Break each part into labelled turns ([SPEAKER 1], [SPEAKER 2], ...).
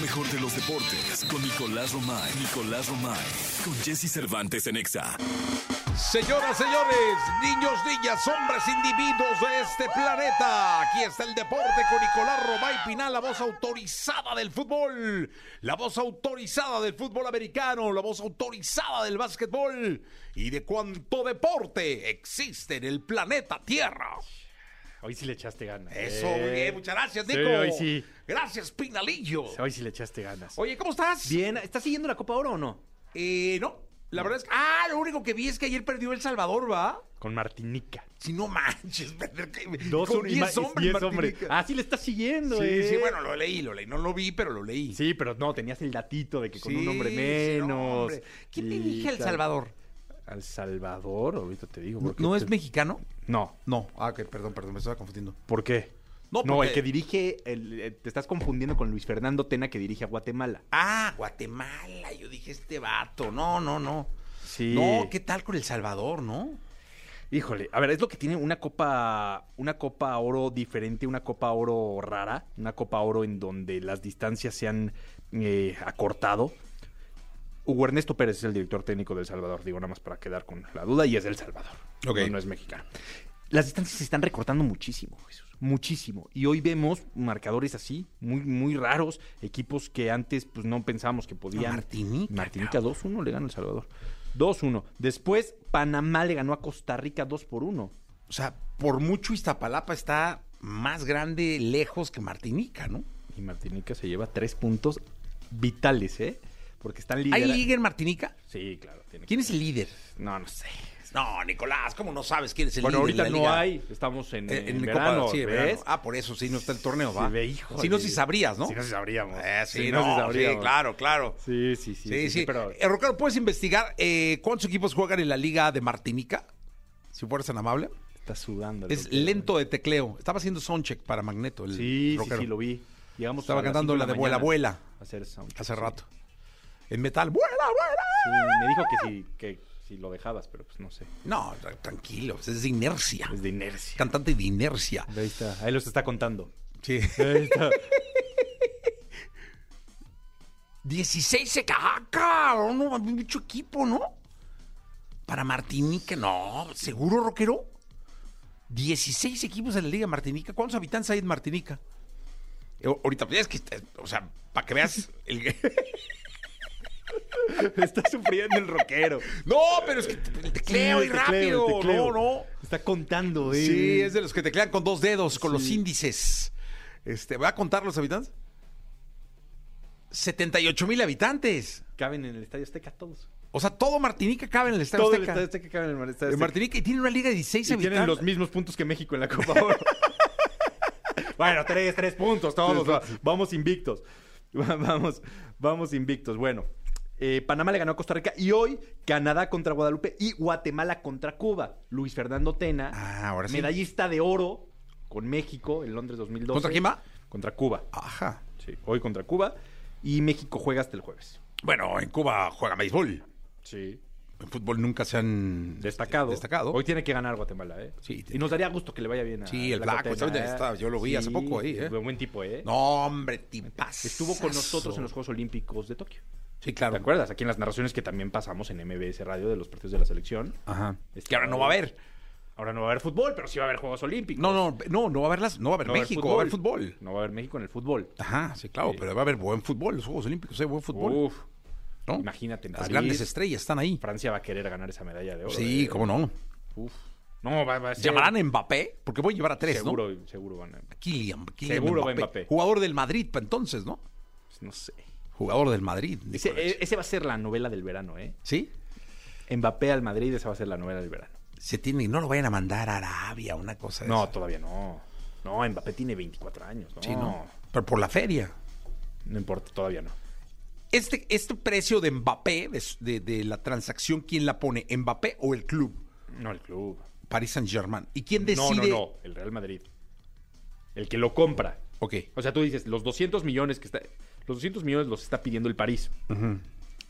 [SPEAKER 1] mejor de los deportes con Nicolás Romay. Nicolás Romay. Con Jesse Cervantes en Exa.
[SPEAKER 2] Señoras, señores, niños, niñas, hombres, individuos de este planeta. Aquí está el deporte con Nicolás Romay Pinal, la voz autorizada del fútbol, la voz autorizada del fútbol americano, la voz autorizada del básquetbol y de cuánto deporte existe en el planeta Tierra.
[SPEAKER 3] Hoy sí le echaste ganas.
[SPEAKER 2] Eso,
[SPEAKER 3] Eh,
[SPEAKER 2] muy bien, muchas gracias,
[SPEAKER 3] sí,
[SPEAKER 2] Nico.
[SPEAKER 3] hoy sí.
[SPEAKER 2] Gracias, Pinalillo.
[SPEAKER 3] Hoy sí le echaste ganas.
[SPEAKER 2] Oye, ¿cómo estás?
[SPEAKER 3] Bien, ¿estás siguiendo la Copa Oro o no?
[SPEAKER 2] Eh, no, la verdad es que. Ah, lo único que vi es que ayer perdió El Salvador, ¿va?
[SPEAKER 3] Con Martinica.
[SPEAKER 2] Si no manches, perder que-
[SPEAKER 3] Dos
[SPEAKER 2] con
[SPEAKER 3] hombres y ma-
[SPEAKER 2] 10
[SPEAKER 3] y
[SPEAKER 2] hombres.
[SPEAKER 3] 10 hombres.
[SPEAKER 2] Martinica.
[SPEAKER 3] Ah, sí le estás siguiendo,
[SPEAKER 2] sí,
[SPEAKER 3] eh.
[SPEAKER 2] sí, bueno, lo leí, lo leí. No lo vi, pero lo leí.
[SPEAKER 3] Sí, pero no, tenías el datito de que con un hombre
[SPEAKER 2] Sí, sí, no,
[SPEAKER 3] menos.
[SPEAKER 2] hombre. ¿Quién
[SPEAKER 3] y
[SPEAKER 2] elige a El
[SPEAKER 3] tal.
[SPEAKER 2] Salvador?
[SPEAKER 3] Al Salvador, ahorita te digo.
[SPEAKER 2] ¿No,
[SPEAKER 3] porque
[SPEAKER 2] no es
[SPEAKER 3] te-
[SPEAKER 2] mexicano?
[SPEAKER 3] No,
[SPEAKER 2] No. Ah, ok, perdón, perdón, me estaba confundiendo.
[SPEAKER 3] ¿por qué?
[SPEAKER 2] No,
[SPEAKER 3] no el
[SPEAKER 2] porque-
[SPEAKER 3] que dirige, el- eh, te estás confundiendo con Luis Fernando Tena que dirige a Guatemala.
[SPEAKER 2] Ah, Guatemala. Yo dije, este vato. No, no, no.
[SPEAKER 3] Sí.
[SPEAKER 2] No, ¿qué tal con El Salvador, no?
[SPEAKER 3] Híjole, a ver, es lo que tiene una copa, una copa oro diferente, una copa oro rara, una copa oro en donde las distancias se han eh, acortado. Hugo Ernesto Pérez es el director técnico del Salvador, digo nada más para quedar con la duda, y es del Salvador,
[SPEAKER 2] Ok.
[SPEAKER 3] no, no es mexicano. Las distancias se están recortando muchísimo, Jesús, muchísimo. Y hoy vemos marcadores así, muy, muy raros, equipos que antes pues no pensábamos que podían.
[SPEAKER 2] Martinica,
[SPEAKER 3] Martinica 2-1 le gana El Salvador. 2-1. Después, Panamá le ganó a Costa Rica 2 por 1.
[SPEAKER 2] O sea, por mucho Iztapalapa está más grande lejos que Martinica, ¿no?
[SPEAKER 3] Y Martinica se lleva 3 puntos vitales, ¿eh? Porque están
[SPEAKER 2] ¿Hay
[SPEAKER 3] líderes.
[SPEAKER 2] liga en Martinica?
[SPEAKER 3] Sí, claro. tiene que-
[SPEAKER 2] ¿Quién es el líder?
[SPEAKER 3] No, no sé.
[SPEAKER 2] No, Nicolás, ¿cómo no sabes quién es el
[SPEAKER 3] bueno,
[SPEAKER 2] líder?
[SPEAKER 3] ahorita
[SPEAKER 2] de la
[SPEAKER 3] no
[SPEAKER 2] liga?
[SPEAKER 3] hay. Estamos en,
[SPEAKER 2] Eh,
[SPEAKER 3] en
[SPEAKER 2] Copa-
[SPEAKER 3] verano,
[SPEAKER 2] sí, en
[SPEAKER 3] ¿ves?
[SPEAKER 2] verano. Ah, por eso sí no está el torneo,
[SPEAKER 3] Sí,
[SPEAKER 2] va.
[SPEAKER 3] ve, híjole.
[SPEAKER 2] Si no, si sabrías, ¿no?
[SPEAKER 3] Si no, si sabríamos.
[SPEAKER 2] Eh, sí,
[SPEAKER 3] Si
[SPEAKER 2] no,
[SPEAKER 3] si
[SPEAKER 2] sí,
[SPEAKER 3] sabríamos.
[SPEAKER 2] claro, claro. Sí,
[SPEAKER 3] Sí, sí, sí.
[SPEAKER 2] sí.
[SPEAKER 3] sí, sí, pero-
[SPEAKER 2] Eh, Rocaro, ¿puedes investigar eh, cuántos equipos juegan en la Liga de Martinica? Si fueras tan amable.
[SPEAKER 3] Está sudando. el
[SPEAKER 2] Es
[SPEAKER 3] doctor,
[SPEAKER 2] lento de tecleo. Estaba haciendo soundcheck para Magneto. El
[SPEAKER 3] Sí, sí,
[SPEAKER 2] rockero,
[SPEAKER 3] sí, lo vi. Llegamos
[SPEAKER 2] Estaba
[SPEAKER 3] a las
[SPEAKER 2] cantando
[SPEAKER 3] cinco
[SPEAKER 2] la de Vuela,
[SPEAKER 3] mañana
[SPEAKER 2] Vuela.
[SPEAKER 3] a hacer soundcheck,
[SPEAKER 2] Hace
[SPEAKER 3] sí.
[SPEAKER 2] rato. En metal. ¡Vuela, vuela!
[SPEAKER 3] Sí, me dijo que si, que si lo dejabas, pero pues no sé.
[SPEAKER 2] No, tra- tranquilo. Es de inercia.
[SPEAKER 3] Es de inercia.
[SPEAKER 2] Cantante de inercia.
[SPEAKER 3] Ahí está, ahí los está contando.
[SPEAKER 2] Sí.
[SPEAKER 3] Ahí está.
[SPEAKER 2] 16 se caca, no, mucho equipo, ¿no? Para Martinica, no, seguro, Roquero. 16 equipos en la Liga Martinica. ¿Cuántos habitantes hay en Martinica? Eh, ahorita, pues, es que, eh, o sea, para que veas. el-
[SPEAKER 3] Está sufriendo el rockero.
[SPEAKER 2] no, pero es que el tecleo
[SPEAKER 3] Sí,
[SPEAKER 2] y
[SPEAKER 3] el tecleo,
[SPEAKER 2] rápido.
[SPEAKER 3] el tecleo.
[SPEAKER 2] No,
[SPEAKER 3] Está contando,
[SPEAKER 2] no.
[SPEAKER 3] eh.
[SPEAKER 2] Sí, es de los que teclean con dos dedos, con los
[SPEAKER 3] Sí.
[SPEAKER 2] índices. Este, ¿Va a contar los habitantes? 78 mil habitantes.
[SPEAKER 3] Caben en el Estadio Azteca todos.
[SPEAKER 2] O sea, todo Martinica cabe en el Estadio
[SPEAKER 3] Todo el
[SPEAKER 2] Azteca.
[SPEAKER 3] Estadio Azteca caben en el Estadio
[SPEAKER 2] En
[SPEAKER 3] Azteca.
[SPEAKER 2] Martinica y tiene una liga de 16
[SPEAKER 3] Este, Y
[SPEAKER 2] habitantes.
[SPEAKER 3] tienen los mismos puntos que México en la Copa Oro. bueno, tres, tres puntos todos. va- Vamos invictos. Va- Vamos, vamos invictos. Bueno, eh, Panamá le ganó a Costa Rica y hoy Canadá contra Guadalupe y Guatemala contra Cuba. Luis Fernando Tena,
[SPEAKER 2] Ah, ahora sí.
[SPEAKER 3] medallista de oro con México en Londres 2012.
[SPEAKER 2] ¿Contra quién va?
[SPEAKER 3] Contra Cuba.
[SPEAKER 2] Ajá.
[SPEAKER 3] Sí, hoy contra Cuba y México juega hasta el jueves.
[SPEAKER 2] Bueno, en Cuba juega béisbol.
[SPEAKER 3] Sí.
[SPEAKER 2] En fútbol nunca se han
[SPEAKER 3] Destacado.
[SPEAKER 2] destacado.
[SPEAKER 3] Hoy tiene que ganar Guatemala, ¿eh?
[SPEAKER 2] Sí, tiene
[SPEAKER 3] y nos daría gusto que le vaya bien a
[SPEAKER 2] Sí, el
[SPEAKER 3] Blanco
[SPEAKER 2] Blanco,
[SPEAKER 3] Tena,
[SPEAKER 2] está-
[SPEAKER 3] ¿eh?
[SPEAKER 2] está- yo lo vi hace poco ahí, ¿eh?
[SPEAKER 3] Buen buen tipo, ¿eh?
[SPEAKER 2] No, hombre, tipas.
[SPEAKER 3] Estuvo con nosotros en los Juegos Olímpicos de Tokio.
[SPEAKER 2] Sí, claro.
[SPEAKER 3] ¿Te acuerdas? Aquí en las narraciones que también pasamos en MBS Radio de los partidos de la selección.
[SPEAKER 2] Ajá. Es
[SPEAKER 3] Este,
[SPEAKER 2] que ahora no va a haber.
[SPEAKER 3] Ahora no va a haber fútbol, pero sí va a haber Juegos Olímpicos.
[SPEAKER 2] No, no, no, no va a haber las, no va a haber
[SPEAKER 3] No
[SPEAKER 2] México, va a haber fútbol.
[SPEAKER 3] No va a haber México en el fútbol.
[SPEAKER 2] Ajá, sí, claro,
[SPEAKER 3] Sí.
[SPEAKER 2] pero va a haber buen fútbol, los Juegos Olímpicos, hay buen fútbol,
[SPEAKER 3] Uf.
[SPEAKER 2] ¿no?
[SPEAKER 3] Imagínate, en
[SPEAKER 2] Las
[SPEAKER 3] París,
[SPEAKER 2] grandes estrellas están ahí.
[SPEAKER 3] Francia va a querer ganar esa medalla de oro.
[SPEAKER 2] Sí,
[SPEAKER 3] ¿eh?
[SPEAKER 2] cómo no.
[SPEAKER 3] Uf. No, va, va a ser...
[SPEAKER 2] ¿Llamarán a Mbappé? Porque voy a llevar a tres, ¿no?
[SPEAKER 3] Seguro, seguro van a...
[SPEAKER 2] Kylian, Kylian
[SPEAKER 3] Seguro va Mbappé.
[SPEAKER 2] Jugador del Madrid, pa' entonces, ¿no?
[SPEAKER 3] No sé.
[SPEAKER 2] Jugador del Madrid.
[SPEAKER 3] Ese,
[SPEAKER 2] Nicolás.
[SPEAKER 3] eh, ese va a ser la novela del verano, ¿eh?
[SPEAKER 2] ¿Sí?
[SPEAKER 3] Mbappé al Madrid, esa va a ser la novela del verano.
[SPEAKER 2] se tiene, no lo vayan a mandar a Arabia, una cosa de
[SPEAKER 3] No,
[SPEAKER 2] esas.
[SPEAKER 3] todavía no. No, Mbappé tiene 24 años, ¿no?
[SPEAKER 2] Sí, no. Pero por la feria.
[SPEAKER 3] No importa, todavía no.
[SPEAKER 2] Este, este precio de Mbappé, de, s- de- de la transacción, ¿quién la pone? ¿Mbappé o el club?
[SPEAKER 3] No, el club.
[SPEAKER 2] Paris Saint Germain. ¿Y quién
[SPEAKER 3] No, no,
[SPEAKER 2] decide?
[SPEAKER 3] no, el Real Madrid. El que lo compra.
[SPEAKER 2] Ok.
[SPEAKER 3] O sea, tú dices, los 200 millones que está... Los 200 millones los está pidiendo el París.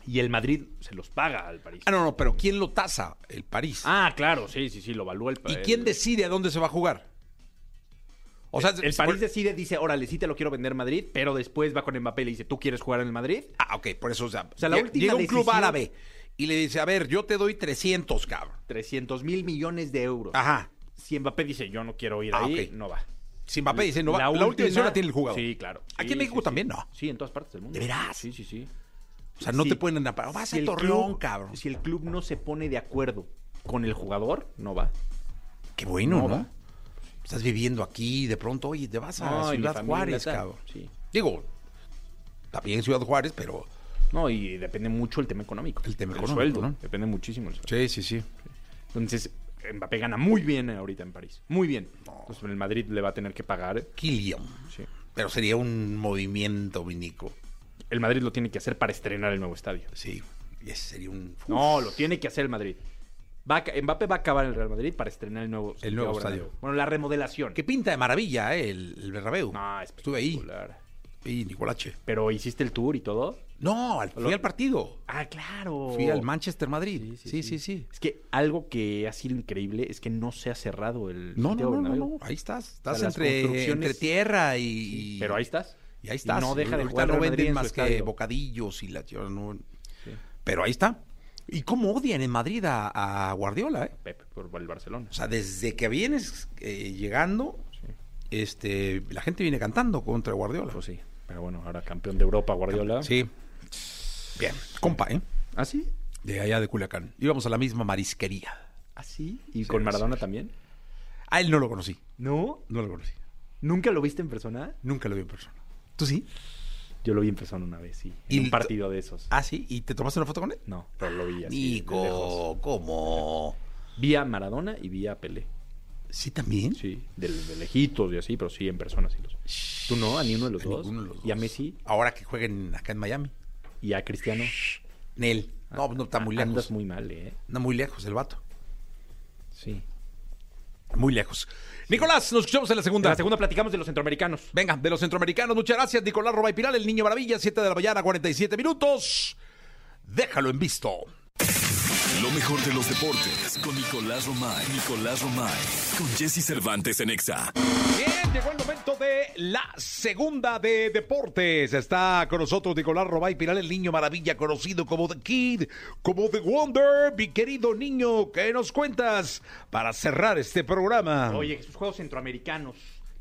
[SPEAKER 3] Y el Madrid se los paga al París.
[SPEAKER 2] Ah, no, no, pero ¿quién lo tasa? El París.
[SPEAKER 3] Ah, claro, sí, sí, sí, lo evalúa el
[SPEAKER 2] ¿Y
[SPEAKER 3] París.
[SPEAKER 2] quién decide a dónde se va a jugar? O sea,
[SPEAKER 3] el París decide, dice, órale, sí te lo quiero vender Madrid, pero después va con Mbappé y le dice, ¿tú quieres jugar en el Madrid?
[SPEAKER 2] Ah, ok, por eso, o sea,
[SPEAKER 3] sea, la
[SPEAKER 2] lle-
[SPEAKER 3] última
[SPEAKER 2] llega un club
[SPEAKER 3] decisión-
[SPEAKER 2] árabe y le dice, a ver, yo te doy 300, cabrón.
[SPEAKER 3] 300 mil millones de euros.
[SPEAKER 2] Ajá.
[SPEAKER 3] Si Mbappé dice, yo no quiero ir
[SPEAKER 2] Ah,
[SPEAKER 3] ahí,
[SPEAKER 2] ok.
[SPEAKER 3] no va.
[SPEAKER 2] Sin papel, dice, no, va- la, última, decisión la tiene el jugador.
[SPEAKER 3] Sí, claro.
[SPEAKER 2] Aquí
[SPEAKER 3] Sí,
[SPEAKER 2] en México
[SPEAKER 3] sí, sí.
[SPEAKER 2] también, ¿no?
[SPEAKER 3] Sí, en todas partes del mundo.
[SPEAKER 2] ¿De veras?
[SPEAKER 3] Sí, sí, sí.
[SPEAKER 2] O sea, no
[SPEAKER 3] Sí.
[SPEAKER 2] te pueden amparar. Vas
[SPEAKER 3] Si
[SPEAKER 2] a
[SPEAKER 3] el
[SPEAKER 2] Torreón,
[SPEAKER 3] club-
[SPEAKER 2] cabrón.
[SPEAKER 3] Si el club no se pone de acuerdo con el jugador, no va.
[SPEAKER 2] Qué bueno, ¿no?
[SPEAKER 3] No, ¿va?
[SPEAKER 2] Estás viviendo aquí y de pronto, oye, te vas a
[SPEAKER 3] No, Ah, y mi
[SPEAKER 2] Ciudad
[SPEAKER 3] familia,
[SPEAKER 2] Ah, Juárez,
[SPEAKER 3] tal.
[SPEAKER 2] cabrón.
[SPEAKER 3] Sí.
[SPEAKER 2] Digo, también Ciudad Juárez, pero...
[SPEAKER 3] No, y depende mucho el tema económico.
[SPEAKER 2] El tema económico,
[SPEAKER 3] sueldo.
[SPEAKER 2] ¿no?
[SPEAKER 3] Depende muchísimo el
[SPEAKER 2] Sí,
[SPEAKER 3] sueldo.
[SPEAKER 2] sí, sí.
[SPEAKER 3] Entonces, Mbappé gana muy bien eh, ahorita en París. Muy bien. Entonces, el Madrid le va a tener que pagar. ¿eh?
[SPEAKER 2] Killian.
[SPEAKER 3] Sí.
[SPEAKER 2] Pero sería un movimiento, Vinico.
[SPEAKER 3] El Madrid lo tiene que hacer para estrenar el nuevo estadio.
[SPEAKER 2] Sí, ese sería un...
[SPEAKER 3] No, lo tiene que hacer el Madrid. Va a ca- Mbappé va a acabar en el Real Madrid para estrenar el nuevo,
[SPEAKER 2] El nuevo
[SPEAKER 3] Santiago
[SPEAKER 2] estadio.
[SPEAKER 3] Bernabéu. Bueno, la remodelación.
[SPEAKER 2] Que pinta de maravilla, ¿eh? El, el Berrabeu.
[SPEAKER 3] No,
[SPEAKER 2] Estuve ahí.
[SPEAKER 3] espectacular.
[SPEAKER 2] Y Nicolache.
[SPEAKER 3] Pero hiciste el tour y todo.
[SPEAKER 2] No, al- fui
[SPEAKER 3] Lo-
[SPEAKER 2] al partido.
[SPEAKER 3] Ah, claro.
[SPEAKER 2] Fui al Manchester Madrid. Sí,
[SPEAKER 3] Sí,
[SPEAKER 2] sí,
[SPEAKER 3] sí,
[SPEAKER 2] sí.
[SPEAKER 3] sí. Es que algo que ha sido increíble es que no se ha cerrado el
[SPEAKER 2] No, no,
[SPEAKER 3] Santiago
[SPEAKER 2] no, no,
[SPEAKER 3] Bernabéu.
[SPEAKER 2] no, Ahí estás. Estás
[SPEAKER 3] sea, las
[SPEAKER 2] entre,
[SPEAKER 3] construcciones-
[SPEAKER 2] entre tierra y,
[SPEAKER 3] Pero ahí estás.
[SPEAKER 2] y ahí estás.
[SPEAKER 3] no deja de
[SPEAKER 2] Ahorita
[SPEAKER 3] jugar
[SPEAKER 2] no
[SPEAKER 3] Real Madrid
[SPEAKER 2] venden
[SPEAKER 3] en su
[SPEAKER 2] más que
[SPEAKER 3] estadio.
[SPEAKER 2] bocadillos y la yo no- Pero ahí está. ¿Y cómo odian en Madrid a, a Guardiola? eh?
[SPEAKER 3] Pep, por el Barcelona.
[SPEAKER 2] O sea, desde que vienes eh, llegando,
[SPEAKER 3] Sí.
[SPEAKER 2] este, la gente viene cantando contra Guardiola.
[SPEAKER 3] Pues sí. Pero bueno, ahora campeón de Europa, Guardiola.
[SPEAKER 2] Sí. Bien, compa, ¿eh?
[SPEAKER 3] ¿Ah, sí?
[SPEAKER 2] De allá de Culiacán. Íbamos a la misma marisquería.
[SPEAKER 3] ¿Ah, sí?
[SPEAKER 2] Sí,
[SPEAKER 3] ¿Y con
[SPEAKER 2] sí,
[SPEAKER 3] Maradona también?
[SPEAKER 2] A él no lo conocí.
[SPEAKER 3] ¿No?
[SPEAKER 2] No lo conocí.
[SPEAKER 3] ¿Nunca lo viste en persona?
[SPEAKER 2] Nunca lo vi en persona. ¿Tú sí?
[SPEAKER 3] Yo lo vi en persona una vez, sí.
[SPEAKER 2] Y
[SPEAKER 3] En
[SPEAKER 2] el-
[SPEAKER 3] un partido de esos.
[SPEAKER 2] Ah, sí. ¿Y te tomaste una foto con él?
[SPEAKER 3] No, pero lo vi así. de lejos.
[SPEAKER 2] Nico, ¿cómo?
[SPEAKER 3] Vi a Maradona y vi a Pelé.
[SPEAKER 2] Sí, también.
[SPEAKER 3] Sí, de, de lejitos y así, pero sí en persona sí los. ¿Tú no? ¿A ninguno de los
[SPEAKER 2] A
[SPEAKER 3] dos?
[SPEAKER 2] ninguno de los
[SPEAKER 3] ¿Y a
[SPEAKER 2] dos.
[SPEAKER 3] Messi?
[SPEAKER 2] Ahora que jueguen acá en Miami.
[SPEAKER 3] ¿Y a Cristiano?
[SPEAKER 2] Nel. No, no está muy
[SPEAKER 3] Ah. Andas
[SPEAKER 2] lejos.
[SPEAKER 3] muy mal, ¿eh?
[SPEAKER 2] No, muy lejos el vato.
[SPEAKER 3] Sí.
[SPEAKER 2] Muy lejos. Nicolás, nos escuchamos en la
[SPEAKER 3] En
[SPEAKER 2] segunda.
[SPEAKER 3] la segunda platicamos de los centroamericanos.
[SPEAKER 2] Venga, de los centroamericanos. Muchas gracias, Nicolás Robay Piral, el niño maravilla, 7 de la mañana, 47 minutos. Déjalo en visto.
[SPEAKER 1] Lo mejor de los deportes con Nicolás Romay. Nicolás Romay. Con Jesse Cervantes en Exa.
[SPEAKER 2] Bien, llegó el momento de la segunda de deportes. Está con nosotros Nicolás Robay Piral, el niño maravilla, conocido como The Kid, como The Wonder. Mi querido niño, ¿qué nos cuentas para cerrar este programa?
[SPEAKER 3] Oye, esos Juegos Centroamericanos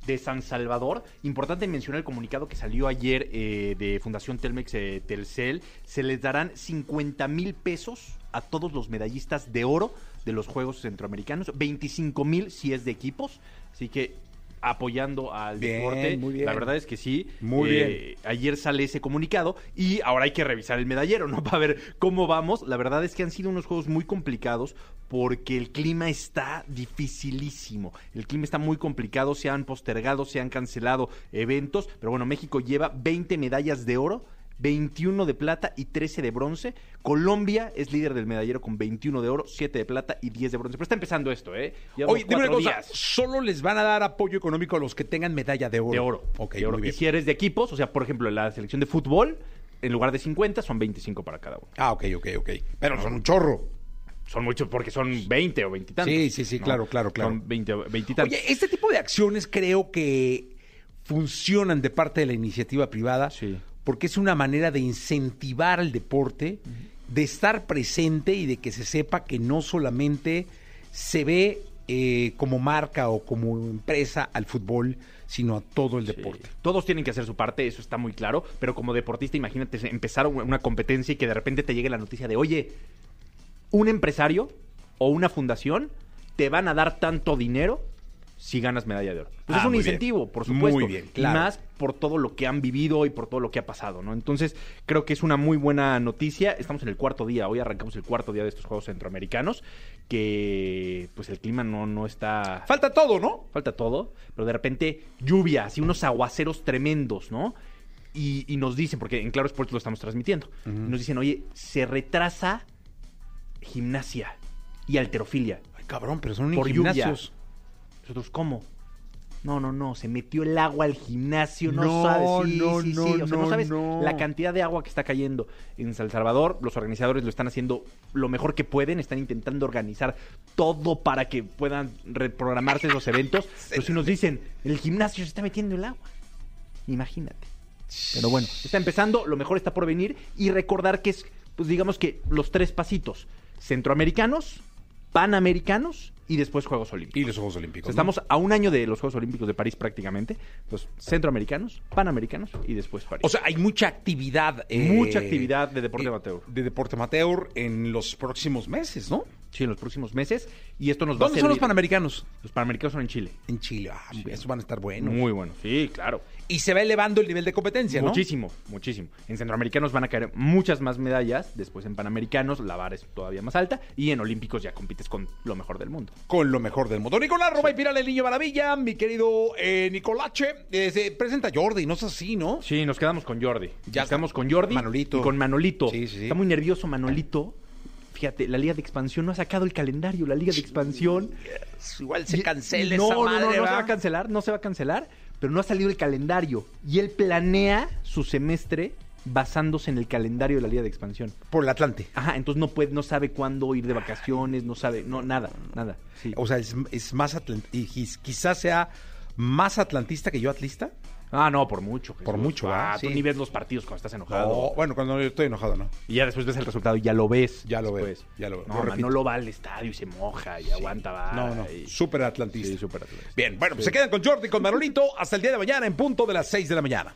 [SPEAKER 3] de San Salvador. Importante mencionar el comunicado que salió ayer eh, de Fundación Telmex eh, Telcel. Se les darán 50 mil pesos a todos los medallistas de oro de los Juegos Centroamericanos. 25 mil si es de equipos. Así que apoyando al
[SPEAKER 2] Bien,
[SPEAKER 3] deporte.
[SPEAKER 2] muy bien.
[SPEAKER 3] La verdad es que sí.
[SPEAKER 2] Muy
[SPEAKER 3] bien. Ayer sale ese comunicado y ahora hay que revisar el medallero, ¿no? Para ver cómo vamos. La verdad es que han sido unos juegos muy complicados porque el clima está dificilísimo. El clima está muy complicado, se han postergado, se han cancelado eventos, pero bueno, México lleva 20 medallas de oro. 21 de plata y 13 de bronce. Colombia es líder del medallero con 21 de oro, 7 de plata y 10 de bronce. Pero está empezando esto, ¿eh? Llevamos
[SPEAKER 2] Oye, dime una
[SPEAKER 3] cuatro
[SPEAKER 2] cosa,
[SPEAKER 3] días.
[SPEAKER 2] solo les van a dar apoyo económico a los que tengan medalla de oro.
[SPEAKER 3] De oro.
[SPEAKER 2] Ok,
[SPEAKER 3] de oro.
[SPEAKER 2] muy
[SPEAKER 3] Y
[SPEAKER 2] bien.
[SPEAKER 3] si eres de equipos, o sea, por ejemplo, la selección de fútbol, en lugar de 50, son 25 para cada uno.
[SPEAKER 2] Ah, ok, ok, ok. Pero son un chorro.
[SPEAKER 3] Son muchos porque son 20 o 20 y tantos.
[SPEAKER 2] Sí, sí, sí, claro, claro, claro.
[SPEAKER 3] Son 20, o 20 y tantos.
[SPEAKER 2] Oye, este tipo de acciones creo que funcionan de parte de la iniciativa privada
[SPEAKER 3] Sí.
[SPEAKER 2] porque es una manera de incentivar al deporte, de estar presente y de que se sepa que no solamente se ve eh, como marca o como empresa al fútbol, sino a todo el
[SPEAKER 3] Sí.
[SPEAKER 2] deporte.
[SPEAKER 3] Todos tienen que hacer su parte, eso está muy claro, pero como deportista, imagínate empezar una- una competencia y que de repente te llegue la noticia de, oye, un empresario o una fundación te van a dar tanto dinero si ganas medalla de oro. Pues
[SPEAKER 2] Ah,
[SPEAKER 3] es un
[SPEAKER 2] muy bien.
[SPEAKER 3] incentivo, por
[SPEAKER 2] Muy
[SPEAKER 3] supuesto.
[SPEAKER 2] bien,
[SPEAKER 3] y
[SPEAKER 2] claro.
[SPEAKER 3] más por todo lo que han vivido y por todo lo que ha pasado, ¿no? Entonces, creo que es una muy buena noticia. Estamos en el cuarto día, hoy arrancamos el cuarto día de estos Juegos Centroamericanos, que pues el clima no, no está...
[SPEAKER 2] Falta todo, ¿no?
[SPEAKER 3] Falta todo, pero de repente lluvias y unos aguaceros tremendos, ¿no? Y, y nos dicen, porque en Claro Sports lo estamos transmitiendo, nos dicen, oye, se retrasa gimnasia y alterofilia.
[SPEAKER 2] Ay, cabrón, pero son
[SPEAKER 3] Por
[SPEAKER 2] gimnasios.
[SPEAKER 3] Nosotros, ¿cómo? No, no, no, se metió el agua al gimnasio, no,
[SPEAKER 2] No,
[SPEAKER 3] sabes. Sí,
[SPEAKER 2] no,
[SPEAKER 3] sí,
[SPEAKER 2] no,
[SPEAKER 3] sí, o sea, no
[SPEAKER 2] no,
[SPEAKER 3] sabes
[SPEAKER 2] no.
[SPEAKER 3] la cantidad de agua que está cayendo. En San Salvador, los organizadores lo están haciendo lo mejor que pueden, están intentando organizar todo para que puedan reprogramarse esos eventos. Pero si nos dicen, el gimnasio se está metiendo el agua. Imagínate. Pero bueno, está empezando, lo mejor está por venir y recordar que es, pues digamos que los tres pasitos, centroamericanos, panamericanos y después Juegos Olímpicos.
[SPEAKER 2] Y los Juegos
[SPEAKER 3] O
[SPEAKER 2] Olímpicos.
[SPEAKER 3] sea,
[SPEAKER 2] ¿no?
[SPEAKER 3] estamos a un año de los Juegos Olímpicos de París prácticamente, los centroamericanos, panamericanos y después París.
[SPEAKER 2] O sea, hay mucha actividad. eh,
[SPEAKER 3] Mucha actividad de deporte amateur.
[SPEAKER 2] De deporte amateur en los próximos meses, ¿no?
[SPEAKER 3] sí, en los próximos meses y esto nos va a
[SPEAKER 2] ¿Dónde son los
[SPEAKER 3] servir.
[SPEAKER 2] panamericanos?
[SPEAKER 3] Los panamericanos son en Chile.
[SPEAKER 2] En Chile. Ah, esos van a estar buenos.
[SPEAKER 3] Muy bueno. Sí, claro.
[SPEAKER 2] Y se va elevando el nivel de competencia, ¿no?
[SPEAKER 3] Muchísimo, muchísimo. En centroamericanos van a caer muchas más medallas, después en panamericanos la vara es todavía más alta y en olímpicos ya compites con lo mejor del mundo.
[SPEAKER 2] Con lo mejor del mundo. Nicolás Roma y Piral, el niño maravilla, mi querido eh, Nicolache. Eh, se presenta Jordi, no es así, ¿no?
[SPEAKER 3] Sí, nos quedamos con Jordi.
[SPEAKER 2] Ya
[SPEAKER 3] nos quedamos
[SPEAKER 2] está.
[SPEAKER 3] con Jordi.
[SPEAKER 2] Manolito.
[SPEAKER 3] Y con Manolito.
[SPEAKER 2] Sí, sí, sí.
[SPEAKER 3] Está muy nervioso Manolito. Fíjate, la Liga de Expansión no ha sacado el calendario, la Liga de Expansión.
[SPEAKER 2] Igual
[SPEAKER 3] Y- y no, no, no, no se va a cancelar, no se va a cancelar, pero no ha salido el calendario. Y él planea su semestre basándose en el calendario de la Liga de Expansión.
[SPEAKER 2] Por el Atlante.
[SPEAKER 3] Ajá, entonces no puede, no sabe cuándo ir de vacaciones, no sabe, no, nada, nada. Sí.
[SPEAKER 2] O sea, es, es más atlantista. Quizás sea más atlantista que yo atlista.
[SPEAKER 3] Ah, no, por mucho.
[SPEAKER 2] Por mucho,
[SPEAKER 3] Ah,
[SPEAKER 2] ¿verdad?
[SPEAKER 3] tú
[SPEAKER 2] Sí.
[SPEAKER 3] ni ves los partidos cuando estás enojado.
[SPEAKER 2] No, bueno, cuando yo estoy enojado, ¿no?
[SPEAKER 3] Y ya después ves el resultado y ya lo ves.
[SPEAKER 2] Ya lo veo,
[SPEAKER 3] después.
[SPEAKER 2] ya lo veo,
[SPEAKER 3] No,
[SPEAKER 2] lo
[SPEAKER 3] man,
[SPEAKER 2] repito.
[SPEAKER 3] no lo va al estadio y se moja y aguanta, va.
[SPEAKER 2] No, no,
[SPEAKER 3] y-
[SPEAKER 2] súper atlantista.
[SPEAKER 3] Sí, súper atlantista.
[SPEAKER 2] Bien, bueno, pues
[SPEAKER 3] Sí.
[SPEAKER 2] se quedan con Jordi, con Manolito, hasta el día de mañana en punto de las 6 de la mañana.